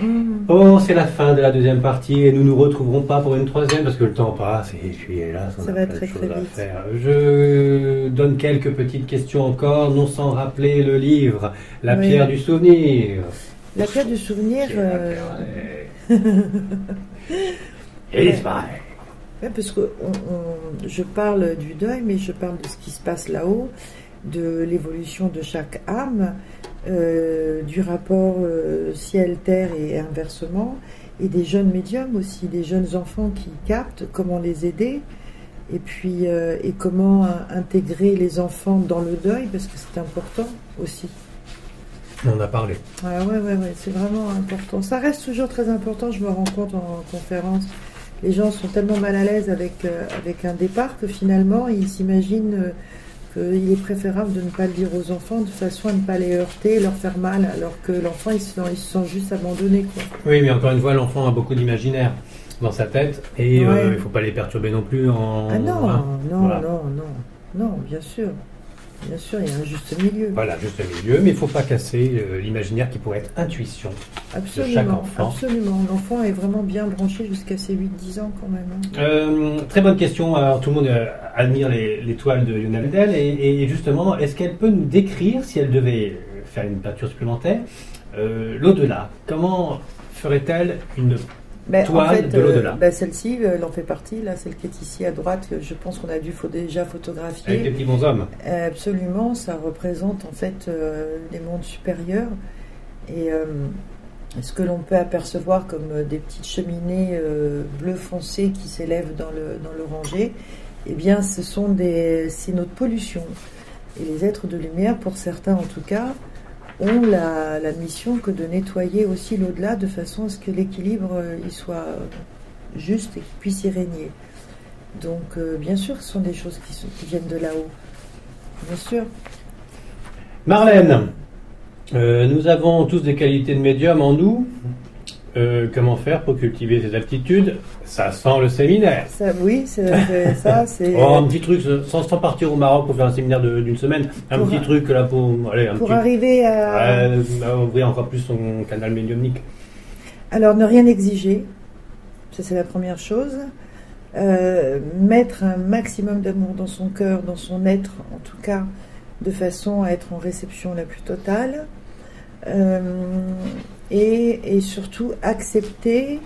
B: Mm.
A: Oh, c'est la fin de la deuxième partie et nous nous retrouverons pas pour une troisième parce que le temps passe et puis hélas, on
B: Ça
A: a
B: va
A: plein
B: très,
A: de
B: très
A: choses à
B: vite.
A: faire. Je donne quelques petites questions encore, non sans rappeler le livre, La
B: Oui.
A: pierre du souvenir.
B: La pierre du souvenir.
A: Pierre,
B: euh,
A: la pierre, ouais. It is mine.
B: Ouais, parce que on- on- je parle du deuil, mais je parle de ce qui se passe là-haut, de l'évolution de chaque âme, euh, du rapport euh, ciel-terre et inversement, et des jeunes médiums aussi, des jeunes enfants qui captent, comment les aider, et puis euh, et comment euh, intégrer les enfants dans le deuil, parce que c'est important aussi.
A: On en a parlé.
B: Ouais, ouais, ouais, ouais, c'est vraiment important. Ça reste toujours très important, je me rends compte en conférence. Les gens sont tellement mal à l'aise avec, euh, avec un départ que finalement, ils s'imaginent euh, qu'il est préférable de ne pas le dire aux enfants de façon à ne pas les heurter, leur faire mal, alors que l'enfant, il se, sent- il se sent juste abandonné. Quoi.
A: Oui, mais encore une fois, l'enfant a beaucoup d'imaginaire dans sa tête et euh,
B: Ouais.
A: il ne faut pas les perturber non plus en.
B: Ah non,
A: hein.
B: non,
A: Voilà.
B: non, non, non, bien sûr. Bien sûr, il y a un juste milieu.
A: Voilà, juste le milieu, mais il ne faut pas casser euh, l'imaginaire qui pourrait être intuition.
B: absolument,
A: enfant.
B: absolument. L'enfant est vraiment bien branché jusqu'à ses 8-10 ans quand même. hein.
A: Euh, très bonne question. Alors, tout le monde euh, admire les, les toiles de Lionel Del. Et, et- et justement, est-ce qu'elle peut nous décrire, si elle devait euh, faire une peinture supplémentaire, euh, l'au-delà Comment ferait-elle une.
B: Ben,
A: Toile
B: en fait,
A: de l'au-delà.
B: euh, ben, celle-ci, euh, elle en fait partie. Là, celle qui est ici à droite, euh, je pense qu'on a dû faut déjà photographier.
A: Avec les petits bonshommes
B: Euh, Absolument, ça représente en fait euh, les mondes supérieurs. Et euh, ce que l'on peut apercevoir comme euh, des petites cheminées euh, bleu foncé qui s'élèvent dans le dans l'oranger, eh bien, ce sont des c'est notre pollution. Et les êtres de lumière, pour certains en tout cas, ont la, la mission que de nettoyer aussi l'au-delà de façon à ce que l'équilibre euh, y soit euh, juste et qu'il puisse y régner. Donc, euh, bien sûr, ce sont des choses qui, sont- qui viennent de là-haut. Bien sûr.
A: Marlène, euh, nous avons tous des qualités de médium en nous. Euh, comment faire pour cultiver ces aptitudes Ça sent le séminaire.
B: Ça, oui, c'est- c'est- ça, c'est
A: Oh, un petit truc, sans, sans partir au Maroc pour faire un séminaire de- d'une semaine, un
B: Pour
A: petit
B: un-
A: truc là pour, allez, un
B: pour
A: petit-
B: arriver à.
A: Euh, à ouvrir encore plus son canal médiumnique.
B: Alors, ne rien exiger, ça c'est la première chose. Euh, mettre un maximum d'amour dans son cœur, dans son être, en tout cas, de façon à être en réception la plus totale. Euh, et, et surtout accepter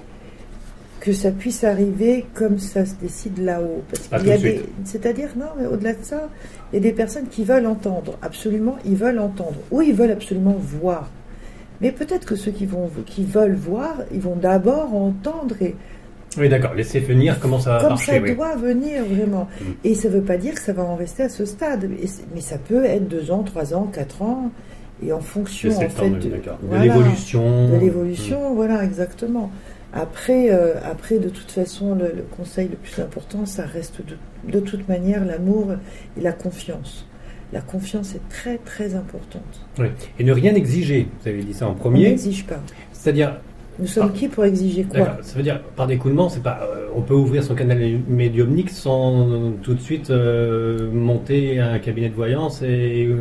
B: que ça puisse arriver comme ça se décide là-haut. Parce
A: Pas
B: qu'il y a
A: tout de
B: des- C'est-à-dire, non, mais au-delà de ça, il y a des personnes qui veulent entendre, absolument, ils veulent entendre, ou ils veulent absolument voir. Mais peut-être que ceux qui, vont, qui veulent voir, ils vont d'abord entendre et,
A: Oui, d'accord. Laissez venir comment ça va
B: comme
A: Euh, marcher.
B: ça
A: oui.
B: doit venir vraiment.
A: Mm.
B: Et ça ne veut pas dire que ça va en rester à ce stade. Et c'est- mais ça peut être deux ans, trois ans, quatre ans, et en fonction
A: Laissez
B: en
A: le temps
B: fait
A: de, d'accord. Mm. De
B: voilà,
A: l'évolution.
B: de l'évolution, voilà exactement. Après, euh, après, de toute façon, le, le conseil le plus important, ça reste de, de toute manière l'amour et la confiance. La confiance est très très importante.
A: Mm. Oui. Et ne rien exiger. Vous avez dit ça en
B: On
A: premier.
B: n'exige pas.
A: C'est-à-dire,
B: Nous sommes qui pour exiger quoi
A: Ah. d'accord, ça veut dire par découlement, c'est pas. euh, on peut ouvrir son canal médiumnique sans euh, tout de suite euh, monter un cabinet de voyance et euh,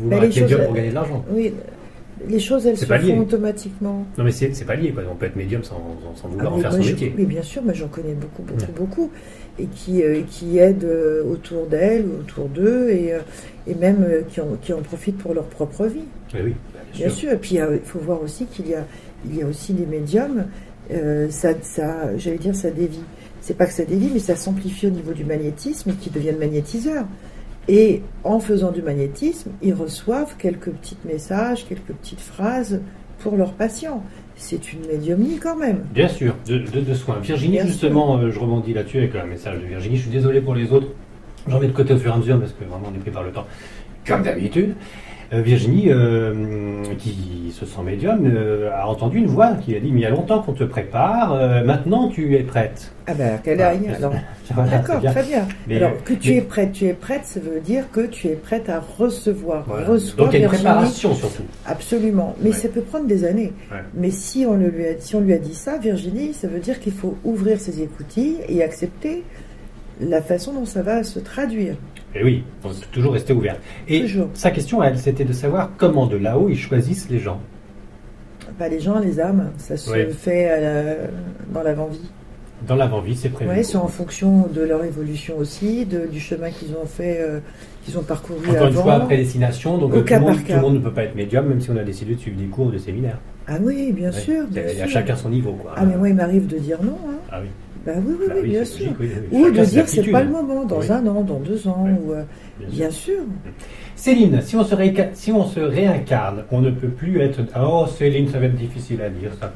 A: vouloir
B: Bah, les
A: être médium
B: choses-
A: pour gagner de l'argent.
B: Oui, les choses elles
A: C'est
B: se
A: pas lié.
B: font automatiquement.
A: Non, mais c'est c'est pas lié. Quoi. On peut être médium sans, sans- sans
B: Ah,
A: vouloir en
B: mais
A: faire
B: moi,
A: son
B: je-
A: métier.
B: mais bien sûr, moi j'en connais beaucoup, beaucoup, beaucoup, et qui, euh, et qui aident euh, autour d'elles, ou autour d'eux, et, euh, et même euh, qui, en, qui en profitent pour leur propre vie,
A: Oui, oui, bah, bien,
B: bien
A: sûr.
B: sûr. Et puis euh, il faut voir aussi qu'il y a, il y a aussi des médiums, euh, ça, ça, j'allais dire, ça dévie. C'est pas que ça dévie, mais ça s'amplifie au niveau du magnétisme, et qui deviennent magnétiseurs. Et en faisant du magnétisme, ils reçoivent quelques petits messages, quelques petites phrases pour leurs patients. c'est une médiumnie quand même.
A: Bien sûr, de, de- de soins. Virginie,
B: Bien
A: justement, euh, je rebondis là-dessus avec un message de Virginie. Je suis désolé pour les autres. J'en mets de côté au fur et à mesure parce que vraiment on est pris par le temps, comme d'habitude. Euh, Virginie, euh, qui se sent médium, euh, a entendu une voix qui a dit Mais il y a longtemps qu'on te prépare, euh, maintenant tu es prête.
B: Ah ben alors qu'elle
A: Ah,
B: aille.
A: c'est-
B: Alors,
A: (laughs) Voilà,
B: d'accord,
A: c'est bien.
B: très bien.
A: Mais- euh,
B: alors que tu
A: mais-
B: es prête, tu es prête, ça veut dire que tu es prête à recevoir,
A: Voilà.
B: reçois
A: Donc il y a une
B: Virginie.
A: préparation surtout.
B: Absolument, mais
A: Ouais.
B: ça peut prendre des années.
A: Ouais.
B: Mais si on, le lui a, si on lui a dit ça, Virginie, ça veut dire qu'il faut ouvrir ses écoutilles et accepter la façon dont ça va se traduire.
A: Et oui, faut toujours rester ouvert. Et
B: Toujours.
A: sa question, elle, c'était de savoir comment de là-haut ils choisissent les gens.
B: Pas Bah, les gens, les âmes, ça se
A: Ouais.
B: fait à la- dans l'avant-vie.
A: Dans l'avant-vie, c'est prévu.
B: Ouais, c'est en fonction de leur évolution aussi, de- du chemin qu'ils ont fait, euh, qu'ils ont parcouru
A: Encore une
B: avant.
A: fois, prédestination, donc
B: Au
A: euh, tout,
B: cas
A: le monde,
B: par
A: tout
B: cas.
A: le monde ne peut pas être médium, même si on a décidé de suivre des cours de séminaire.
B: Ah oui, bien
A: Ouais.
B: sûr. bien
A: Il y a
B: sûr.
A: chacun son niveau, quoi.
B: Ah mais moi, il m'arrive de dire non. hein.
A: Ah oui,
B: Bah oui, oui,
A: Bah
B: oui,
A: oui,
B: bien
A: c'est
B: sûr.
A: logique, oui, oui.
B: Ou
A: Chacun
B: de
A: ses
B: dire c'est
A: aptitudes,
B: pas le moment, dans
A: Oui.
B: un an, dans deux ans,
A: Ouais.
B: ou, euh,
A: bien sûr.
B: bien sûr.
A: Céline, si on, se réca- si on se réincarne, on ne peut plus être. Oh, Céline, ça va être difficile à dire, ça.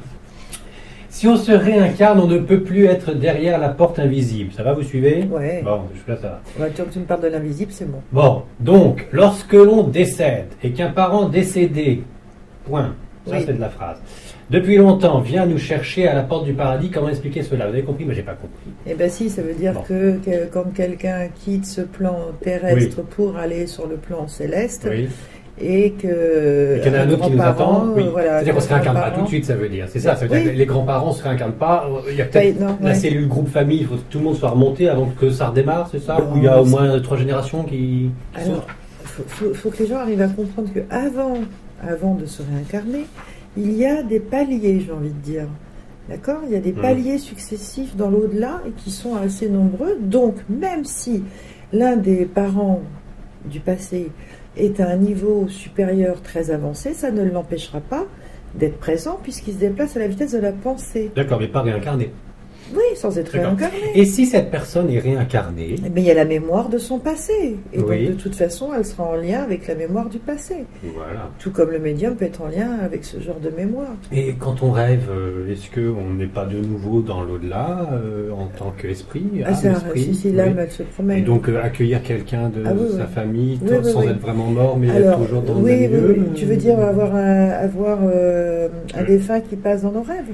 A: Si on se réincarne, on ne peut plus être derrière la porte invisible. Ça va, vous suivez
B: Ouais.
A: Bon, jusque-là, ça va.
B: Ouais, tant que tu me parles de l'invisible, c'est bon.
A: Bon, donc, lorsque l'on décède et qu'un parent décédé, point, ça
B: Oui.
A: c'est de la phrase, depuis longtemps vient nous chercher à la porte du paradis, comment expliquer cela Vous avez compris, mais j'ai pas compris.
B: Eh ben si, ça veut dire
A: Bon.
B: que, que quand quelqu'un quitte ce plan terrestre pour aller sur le plan céleste,
A: Oui.
B: et que...
A: Et qu'il y en a un autre qui nous
B: grand-parent,
A: attend. Oui.
B: euh, voilà,
A: C'est-à-dire qu'on se réincarne pas
B: grand-parent-
A: tout de suite, ça veut dire. C'est ça, ça veut
B: Oui.
A: dire que les grands-parents se réincarnent pas. Il y a peut-être
B: Ben, non,
A: la
B: ouais.
A: cellule groupe famille, il faut que tout le monde soit remonté avant que ça redémarre, c'est ça
B: Non,
A: Ou il y a au
B: c'est-
A: moins trois générations qui, qui
B: Alors, faut, faut- faut que les gens arrivent à comprendre que avant, avant de se réincarner, il y a des paliers, j'ai envie de dire. D'accord Il y a des
A: Mhm.
B: paliers successifs dans l'au-delà et qui sont assez nombreux. Donc, même si l'un des parents du passé est à un niveau supérieur très avancé, ça ne l'empêchera pas d'être présent puisqu'il se déplace à la vitesse de la pensée.
A: sont- D'accord, mais pas réincarné.
B: Oui, sans être
A: D'accord.
B: réincarné.
A: Et si cette personne est réincarnée
B: Mais il y a la mémoire de son passé. Et
A: Oui.
B: donc, de toute façon, elle sera en lien avec la mémoire du passé.
A: Voilà.
B: Tout comme le médium peut être en lien avec ce genre de mémoire.
A: Et quand on rêve, euh, est-ce qu'on n'est pas de nouveau dans l'au-delà euh, en tant qu'esprit
B: Ah,
A: âme,
B: ça,
A: esprit,
B: si, si,
A: oui.
B: l'âme, elle se promène.
A: Et donc euh, accueillir quelqu'un de
B: Ah oui,
A: sa
B: oui.
A: famille
B: Oui,
A: t-
B: oui,
A: sans
B: oui.
A: être vraiment mort, mais
B: Alors,
A: être toujours dans
B: oui,
A: un
B: oui,
A: milieu.
B: oui. tu veux dire
A: euh,
B: avoir un, avoir, euh, un
A: Oui.
B: défunt qui passe dans nos rêves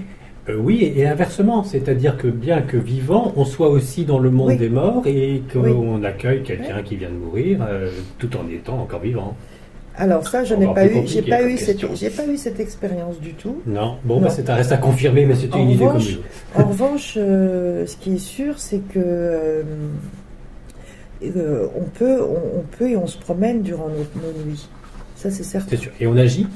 A: Euh, oui, et, et inversement, c'est-à-dire que bien que vivant, on soit aussi dans le monde
B: Oui.
A: des morts et
B: Oui.
A: qu'on accueille quelqu'un qui vient de mourir, euh, tout en étant encore vivant.
B: Alors ça, je
A: On
B: n'ai
A: va
B: pas
A: plus
B: eu, j'ai
A: compliquer
B: pas
A: la
B: eu cette,
A: question.
B: j'ai pas eu cette expérience du tout.
A: Non, bon,
B: Non.
A: bah, c'est un reste à confirmer, mais c'était
B: En
A: une idée
B: revanche,
A: commune. (laughs)
B: En revanche, euh, ce qui est sûr, c'est que euh, euh, on peut, on, on peut et on se promène durant nos, nos nuits. Ça, c'est certain.
A: C'est sûr. Et on agit.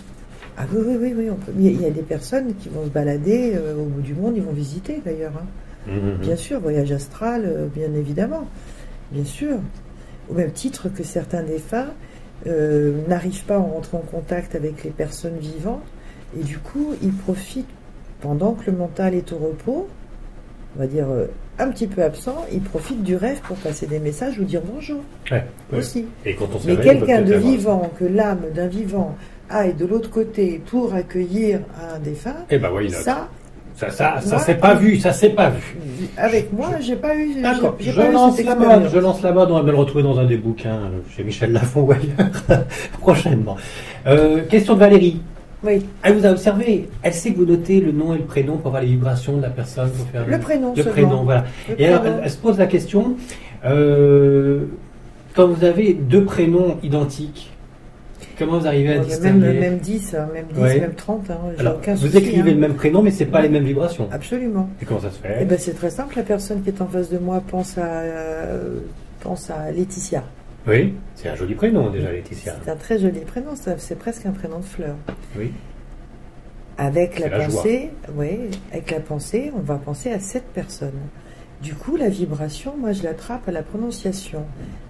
B: Ah oui, oui, oui, oui. on peut- Il y a- il y a des personnes qui vont se balader euh, au bout du monde, ils vont visiter d'ailleurs. hein.
A: Mhm.
B: Bien sûr, voyage astral, euh, bien évidemment. Bien sûr. Au même titre que certains défunts euh, n'arrivent pas à rentrer en contact avec les personnes vivantes et du coup, ils profitent pendant que le mental est au repos, on va dire euh, un petit peu absent, ils profitent du rêve pour passer des messages ou dire bonjour
A: Ouais, ouais.
B: aussi.
A: Et quand on se
B: Mais
A: réveille, on peut
B: quelqu'un
A: peut-être hein.
B: de
A: avoir-
B: vivant, que l'âme d'un vivant aille de l'autre côté pour accueillir un défunt,
A: Eh ben, why not
B: ça,
A: Ça, ça, ça
B: Moi,
A: s'est pas vu, ça s'est pas vu.
B: avec moi, j'ai pas eu. j'ai-
A: D'accord,
B: j'ai
A: je
B: pas eu
A: lance
B: cette
A: la
B: expérience.
A: mode, je lance la mode, on va me le retrouver dans un des bouquins euh, chez Michel Lafon ou ailleurs, (laughs) prochainement. Euh, question de Valérie.
B: Oui,
A: Elle vous a observé, elle sait que vous notez le nom et le prénom pour avoir les vibrations de la personne, pour faire
B: le prénom
A: le
B: seulement.
A: prénom, voilà.
B: Le
A: Et alors,
B: prénom.
A: elle, elle se pose la question, euh, quand vous avez deux prénoms identiques, comment vous arrivez à
B: Ouais,
A: distinguer
B: même, même 10, hein, même 10,
A: Ouais.
B: même 30, hein, j'ai
A: Alors,
B: aucun
A: vous
B: souci,
A: écrivez
B: hein. Ah.
A: le même prénom, mais c'est pas les mêmes vibrations.
B: Absolument.
A: Et comment ça se fait
B: Eh ben, c'est très simple, la personne qui est en face de moi pense à, euh, pense à Laetitia.
A: Oui, c'est un joli prénom déjà, Laetitia.
B: C'est un très joli prénom, ça- c'est presque un prénom de fleur.
A: Oui.
B: Avec
A: C'est
B: la,
A: la joie.
B: pensée, oui, avec la pensée, on va penser à cette personne. Du coup, la vibration, moi, je l'attrape à la prononciation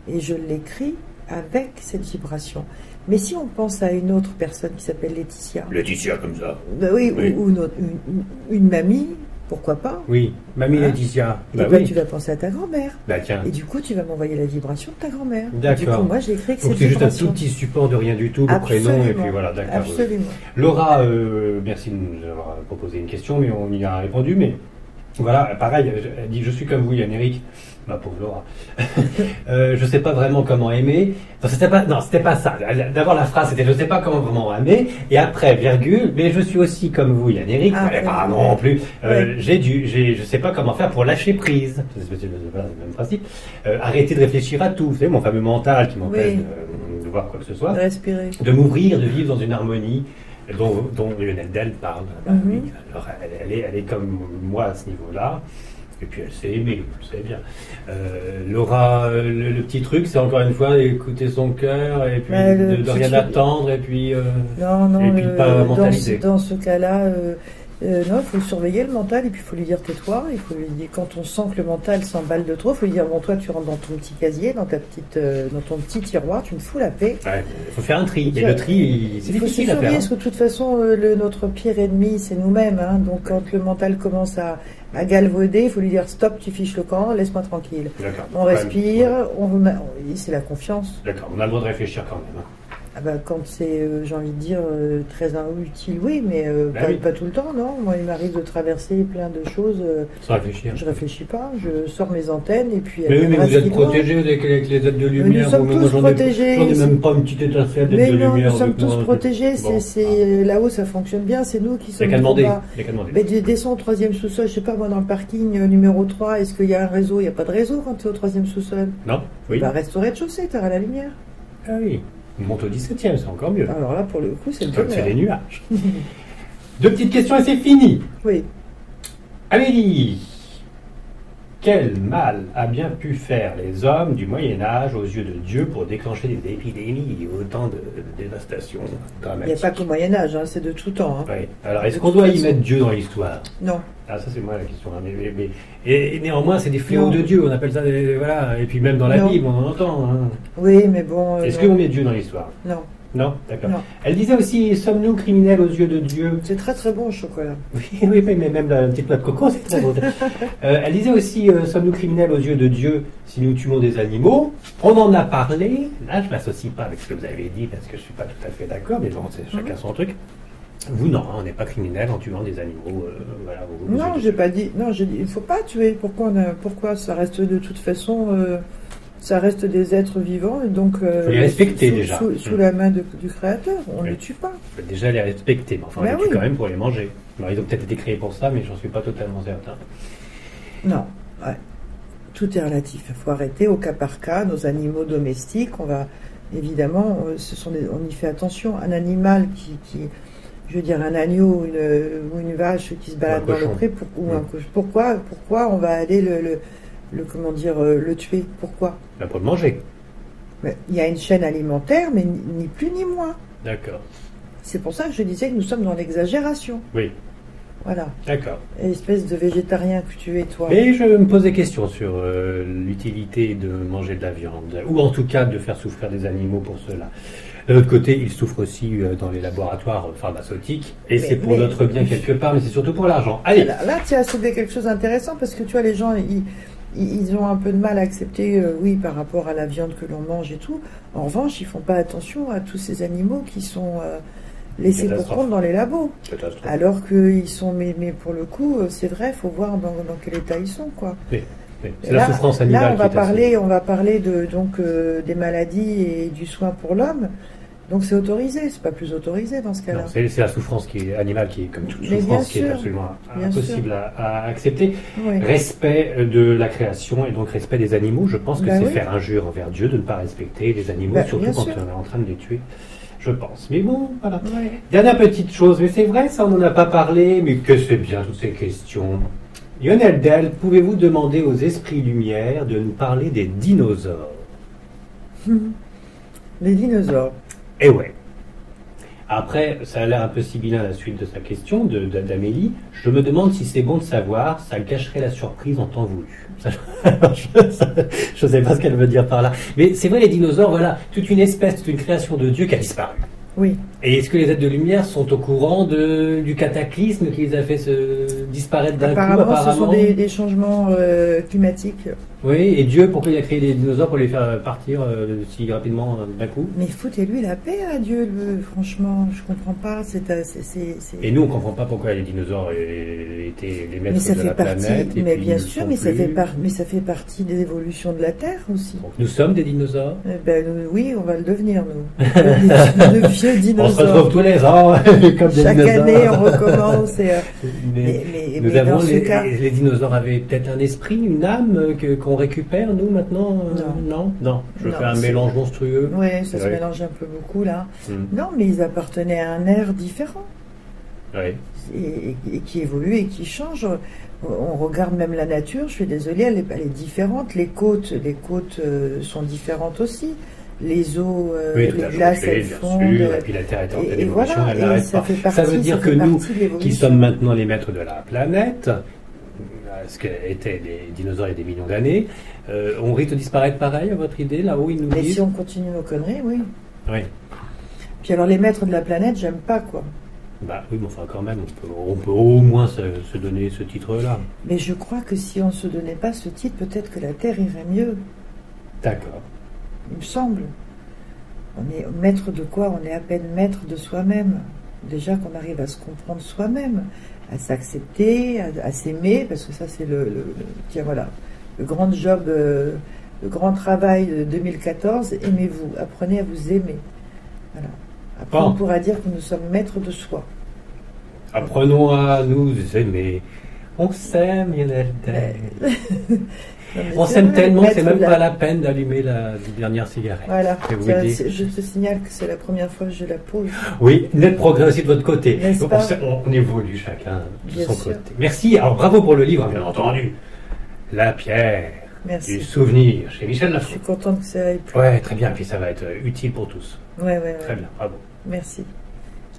B: et je l'écris avec cette vibration. Mais si on pense à une autre personne qui s'appelle Laetitia,
A: Laetitia comme ça.
B: Ben oui,
A: Oui.
B: Ou, ou une, autre- une- une- une mamie, pourquoi pas
A: Oui, mamie
B: Hein
A: Laetitia.
B: Et
A: Bah
B: ben,
A: oui.
B: tu vas penser à ta grand-mère.
A: Bah tiens.
B: Et du coup, tu vas m'envoyer la vibration de ta grand-mère.
A: D'accord.
B: Du coup, moi, je l'écris avec
A: Donc
B: cette
A: c'est juste un
B: vibration.
A: tout petit support de rien du tout, le prénom, et puis voilà, d'accord.
B: Absolument.
A: Laura, euh, merci de nous avoir proposé une question, mais on y a répondu. Mais voilà, pareil, je- elle dit Je suis comme vous, Yann Eric. Ma pauvre Laura. (laughs) Euh, je sais pas vraiment comment aimer. Non, c'était pas, non, c'était pas ça. D'abord, la phrase c'était Je sais pas comment vraiment aimer. Et après, virgule, mais je suis aussi comme vous, Yann Eric.
B: Ah,
A: Fallait
B: ouais.
A: pas non plus. Euh,
B: Ouais.
A: J'ai dû, j'ai- je sais pas comment faire pour lâcher prise. C'est c'est- c'est- voilà, c'est le même principe. Euh, arrêter de réfléchir à tout. Vous savez, mon fameux mental qui m'empêche
B: Oui. Euh,
A: de, de voir quoi que ce soit
B: Respirer.
A: de m'ouvrir, de vivre dans une harmonie dont, dont Lionel Del parle. Bah
B: Mhm.
A: oui, alors elle, elle est, elle est comme moi à ce niveau-là. Et puis elle s'est aimée, vous le savez bien. Euh, Laura, euh, le, le petit truc, c'est encore une fois écouter son cœur et puis
B: Ouais, le
A: de, de
B: petit
A: rien
B: truc.
A: attendre et puis. euh,
B: Non, non,
A: Et puis
B: le-
A: pas
B: dans,
A: mentaliser.
B: ce, dans ce cas-là, euh, euh, non, il faut surveiller le mental et puis il faut lui dire tais-toi. Il faut lui dire quand on sent que le mental s'emballe de trop, il faut lui dire bon toi tu rentres dans ton petit casier, dans ta petite, euh, dans ton petit tiroir, tu me fous la paix.
A: Il faut faire un tri. Et le tri, il- c'est
B: Il faut se
A: difficile à
B: surveiller
A: faire. hein.
B: parce que de toute façon euh, le- notre pire ennemi c'est nous-mêmes. hein. donc quand le mental commence à, à galvauder, il faut lui dire stop, tu fiches le camp, laisse-moi tranquille.
A: hein. D'accord.
B: On
A: Quand même.
B: respire,
A: Ouais.
B: on, on- c'est la confiance.
A: D'accord, on a le droit de réfléchir quand même. hein.
B: Ah bah, quand c'est, euh, j'ai envie de dire, euh, très in- utile, oui, mais euh,
A: Bah
B: pas,
A: oui.
B: pas tout le temps, non. Moi, il m'arrive de traverser plein de choses. euh,
A: Sans réfléchir.
B: je réfléchis pas, je sors mes antennes et puis.
A: Mais
B: elle
A: oui, mais
B: verra
A: vous
B: ce
A: êtes
B: qui doit.
A: protégés avec, avec les aides de
B: nous
A: lumière.
B: sommes
A: Moi,
B: tous
A: j'en ai-
B: protégés.
A: J'en ai même pas une petite étincelle d'aide
B: Mais
A: de
B: non,
A: lumière.
B: nous sommes
A: donc,
B: tous
A: non,
B: protégés.
A: Bon,
B: C'est, c'est- là-haut, ça fonctionne bien. C'est nous qui
A: Il
B: sommes.
A: n'y a qu'à demander.
B: en bas.
A: Il y a qu'à demander.
B: Mais des- descends au troisième sous-sol, je sais pas moi dans le parking euh, numéro 3, est-ce qu'il y a un réseau Il n'y a pas de réseau quand tu es au troisième sous-sol.
A: Non Oui.
B: Bah reste au rez-de-chaussée, t'auras la lumière.
A: Ah oui. On monte au 17 e c'est encore mieux.
B: Alors là pour le coup Ah, c'est le
A: Comme Ah, c'est
B: bonheur.
A: les
B: (laughs)
A: nuages. Deux petites questions et c'est fini.
B: Oui.
A: Amélie, quel mal a bien pu faire les hommes du Moyen-Âge aux yeux de Dieu pour déclencher des épidémies et autant de, de dévastations
B: Il n'y a
A: dramatiques
B: pas qu'au Moyen Âge, hein, c'est de tout temps. hein.
A: Oui. Alors, est-ce
B: De
A: qu'on
B: toute
A: doit y
B: façon.
A: mettre Dieu dans l'histoire
B: Non.
A: Ah, ça, c'est moi la question. hein, mais- mais- mais- et, et néanmoins, c'est des fléaux
B: Non.
A: de Dieu, on appelle ça des. Voilà. Et puis, même dans la
B: Non.
A: Bible, on en entend. hein.
B: Oui, mais bon. euh,
A: Est-ce
B: non.
A: qu'on met Dieu dans l'histoire
B: Non,
A: Non D'accord.
B: non.
A: Elle disait aussi Sommes-nous criminels aux yeux de Dieu (laughs)
B: C'est très très bon au chocolat.
A: Oui, oui, mais mais même la petite noix de coco, c'est très
B: (laughs)
A: bon. Euh, elle disait aussi euh, Sommes-nous criminels aux yeux de Dieu si nous tuons des animaux On en a parlé. Là, je ne m'associe pas avec ce que vous avez dit parce que je ne suis pas tout à fait d'accord, mais bon,
B: Mhm.
A: c'est chacun son truc. Vous, non, hein, on n'est pas criminel en tuant des animaux. euh, voilà, aux- aux yeux
B: Non,
A: de
B: j'ai
A: Dieu.
B: pas dit. Non, j'ai dit. Il faut pas tuer. Pourquoi on a- Pourquoi ça reste de toute façon. euh, Ça reste des êtres vivants et donc euh,
A: Faut les respecter,
B: sous,
A: déjà.
B: sous-
A: Mm.
B: sous la main de- du créateur, on
A: Oui.
B: ne les tue pas.
A: Faut Déjà les respecter, mais enfin, on les
B: Ben
A: tue
B: oui.
A: quand même pour les manger. Alors, ils ont peut-être été créés pour ça, mais j'en suis pas totalement certain.
B: Non, ouais. tout est relatif. Il faut arrêter au cas par cas nos animaux domestiques. On va évidemment, euh, ce sont des- on y fait attention. Un animal qui, qui- je veux dire, un agneau ou une, ou une vache qui se balade dans le
A: cochon.
B: pré, pour- ou
A: Mm.
B: un cochon. Pourquoi, pourquoi on va aller le, le- le- comment dire, euh, le tuer Pourquoi
A: Là, pour le manger.
B: Mais Il y a une chaîne alimentaire, mais ni, ni plus ni moins.
A: D'accord.
B: C'est pour ça que je disais que nous sommes dans l'exagération.
A: Oui.
B: Voilà,
A: D'accord.
B: espèce de végétarien que tu es toi.
A: Mais je me pose des questions sur euh, l'utilité de manger de la viande, ou en tout cas de faire souffrir des animaux pour cela. D'un autre côté, ils souffrent aussi euh, dans les laboratoires euh, pharmaceutiques, et
B: Mais-
A: c'est pour
B: mais-
A: notre bien quelque part, mais c'est surtout pour l'argent. Allez,
B: Là, là, tu as soulevé quelque chose d'intéressant parce que tu vois, les gens, ils, ils ils ont un peu de mal à accepter, euh, oui, par rapport à la viande que l'on mange et tout. En revanche, ils font pas attention à tous ces animaux qui sont euh, laissés pour
A: Catastrophe.
B: compte dans les labos.
A: catastrophe.
B: Alors qu'ils sont, mais, mais pour le coup, euh, c'est vrai, faut voir dans, dans quel état ils sont, quoi.
A: Mais C'est la souffrance animale
B: Là, on va
A: qui est assez-
B: parler, on va parler de, donc, euh, des maladies et du soin pour l'homme. Donc c'est autorisé, c'est pas plus autorisé dans ce
A: Non,
B: cas-là.
A: c'est c'est la souffrance qui est animale, qui est comme toute
B: euh, Mais bien
A: souffrance, qui est
B: sûr.
A: absolument
B: Bien
A: impossible à- à accepter.
B: Oui.
A: Respect de la création et donc respect des animaux, je pense que
B: Bah
A: c'est
B: oui.
A: faire injure envers Dieu de ne pas respecter les animaux,
B: Bah,
A: surtout
B: bien
A: quand
B: sûr.
A: on est en train de les tuer, je pense. Mais bon, voilà.
B: Ouais.
A: Dernière petite chose, mais c'est vrai, ça on n'en a pas parlé, mais que c'est bien toutes ces questions. Lionel Del, pouvez-vous demander aux esprits lumière de nous parler des dinosaures
B: Les dinosaures.
A: Eh ouais. Après, ça a l'air un peu sibyllin à la suite de sa question, de- de- d'Amélie. Je me demande si c'est bon de savoir, ça cacherait la surprise en temps voulu. (laughs) Ça, je, ça, je sais pas ce qu'elle veut dire par là. Mais c'est vrai, les dinosaures, voilà, toute une espèce, toute une création de Dieu qui a disparu.
B: Oui.
A: Et est-ce que les aides de lumière sont au courant de, du cataclysme qui les a fait se disparaître d'un coup
B: Apparemment, ce sont
A: apparemment
B: des, des changements euh, climatiques.
A: Oui, et Dieu, pourquoi il a créé des dinosaures pour les faire partir euh, si rapidement euh, d'un coup
B: Mais foutez-lui la paix à Dieu, le- franchement, je comprends pas. C'est, euh, c'est, c'est- c'est-
A: Et nous, on comprend pas pourquoi les dinosaures euh, étaient les maîtres
B: mais ça
A: de
B: fait
A: la
B: partie,
A: planète. et
B: mais
A: puis
B: bien
A: ils le
B: sûr,
A: sont
B: mais ça
A: plus.
B: fait par- mais ça fait partie des évolutions de la Terre aussi.
A: Donc, nous sommes des dinosaures.
B: Eh Ben euh, oui, on va le
A: (laughs)
B: devenir nous. Le vieux
A: On se
B: dinosaure.
A: retrouve tous les ans (laughs) comme des
B: Chaque
A: dinosaures.
B: année, on
A: (laughs)
B: recommence. et, euh,
A: Mais
B: mais, mais-
A: nous
B: mais
A: avons
B: dans ce
A: les,
B: cas,
A: les dinosaures avaient peut-être un esprit, une âme euh, que- qu'on récupère nous maintenant. euh, non, non, je
B: Non,
A: fais un
B: c'est-
A: mélange monstrueux.
B: ouais, ça
A: C'est
B: se
A: vrai.
B: mélange un peu beaucoup là.
A: Hmm,
B: Non, mais ils appartenaient à un air différent.
A: ouais.
B: et, et qui évolue et qui change. On regarde même la nature, je suis désolée, elle est, elle est différente. Les côtes, les côtes euh, sont différentes aussi. Les eaux, euh,
A: Oui, tout
B: les
A: a
B: glaces,
A: changé,
B: elles
A: bien
B: fondent.
A: sûr.
B: euh,
A: Et puis la Terre est en
B: Et,
A: pleine
B: et
A: évolution,
B: voilà,
A: elle
B: et
A: n'arrête
B: ça
A: pas.
B: fait partie.
A: veut dire
B: ça
A: que
B: fait
A: nous,
B: partie de l'évolution.
A: qui sommes maintenant les maîtres de la planète, euh, ce qu'étaient les dinosaures il y a des millions d'années, euh, on risque de disparaître pareil, à votre idée, là où ils nous
B: Mais
A: disent
B: si on continue nos conneries, oui.
A: Oui.
B: Puis alors les maîtres de la planète, j'aime pas quoi.
A: Bah oui, mais enfin quand même, on peut, on peut au moins se, se donner ce titre-là.
B: Mais je crois que si on ne se donnait pas ce titre, peut-être que la Terre irait mieux.
A: D'accord.
B: il me semble. On est maître de quoi On est à peine maître de soi-même. Déjà qu'on arrive à se comprendre soi-même, à s'accepter, à, à s'aimer, parce que ça c'est le, le- le- tiens voilà le grand job, euh, le grand travail de 2014. Aimez-vous, apprenez à vous aimer. Voilà. Après
A: Bon.
B: on pourra dire que nous sommes maîtres de soi.
A: Apprenons à nous aimer. On s'aime, Lionel. Day.
B: Non, mais
A: On
B: c'est
A: s'aime
B: vrai,
A: tellement,
B: maître
A: c'est même
B: de la-
A: pas la peine d'allumer la dernière cigarette.
B: Voilà.
A: que vous
B: Tiens,
A: dites.
B: c'est- je te signale que c'est la première fois que je la pose.
A: Oui, net progrès aussi de votre côté.
B: N'est-ce
A: Donc,
B: pas
A: on, s'est- on- on évolue chacun de
B: Bien
A: son
B: sûr.
A: côté. Merci. Alors bravo pour le livre, bien entendu. La pierre
B: Merci.
A: du souvenir chez Michel
B: Je suis
A: Lafon.
B: contente que ça aille plus.
A: Ouais, très bien. Puis ça va être euh, utile pour tous.
B: Ouais, ouais, ouais.
A: Très bien. Bravo.
B: Merci.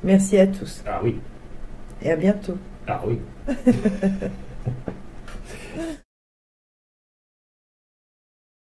B: Merci à tous
A: Ah oui.
B: et à bientôt.
A: Ah oui.